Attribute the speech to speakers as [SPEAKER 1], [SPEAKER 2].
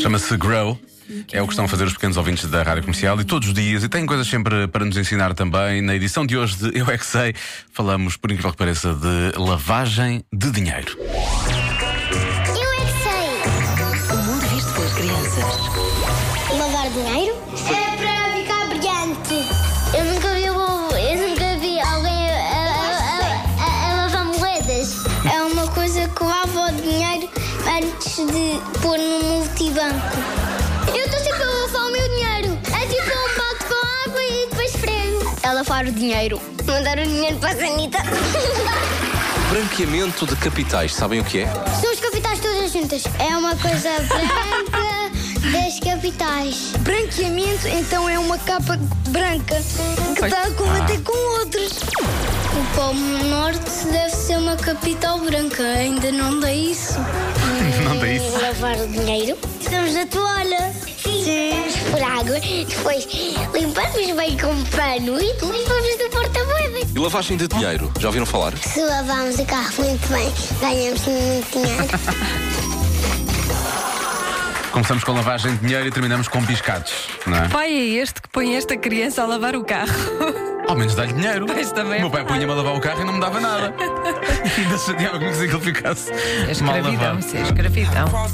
[SPEAKER 1] Chama-se Grow. É o que estão a fazer os pequenos ouvintes da Rádio Comercial e todos os dias, e tem coisas sempre para nos ensinar também. Na edição de hoje de Eu É Que Sei, falamos, por incrível que pareça, de lavagem de dinheiro.
[SPEAKER 2] Eu é que sei!
[SPEAKER 3] O mundo visto pelas crianças.
[SPEAKER 2] Lavar dinheiro? É para ficar brilhante. Eu nunca vi, o- eu nunca vi alguém a, a- a- a- a lavar moedas. É uma coisa que lava o dinheiro antes de pôr no multibanco. Eu estou sempre a lavar o meu dinheiro. É tipo um balde com água e depois esfrego. É lavar o dinheiro. Mandar o dinheiro para a sanita.
[SPEAKER 4] Branqueamento de capitais, sabem o que é?
[SPEAKER 2] São os capitais todas juntas. É uma coisa branca das capitais.
[SPEAKER 5] Branqueamento então é uma capa branca que está a
[SPEAKER 1] Ah.
[SPEAKER 5] combater com outros.
[SPEAKER 2] O Polo Norte deve ser uma capital branca, ainda não dá isso.
[SPEAKER 1] Não dá isso.
[SPEAKER 2] Lavar o dinheiro. Estamos na toalha. Sim, Sim. por água, depois limpamos bem com pano e depois vamos no porta-moedas.
[SPEAKER 4] E lavagem de dinheiro, já ouviram falar?
[SPEAKER 2] Se lavarmos o carro muito bem, ganhamos muito dinheiro.
[SPEAKER 1] Começamos com lavagem de dinheiro e terminamos com biscates, não é?
[SPEAKER 3] Pai é este que põe esta criança a lavar o carro.
[SPEAKER 1] Ao menos dá-lhe dinheiro.
[SPEAKER 3] Pois também é
[SPEAKER 1] O meu pai
[SPEAKER 3] verdade.
[SPEAKER 1] punha-me a lavar o carro e não me dava nada. Ainda chateava comigo se aquilo ficasse
[SPEAKER 3] É
[SPEAKER 1] mal lavado.
[SPEAKER 3] escravidão, isso é escravidão.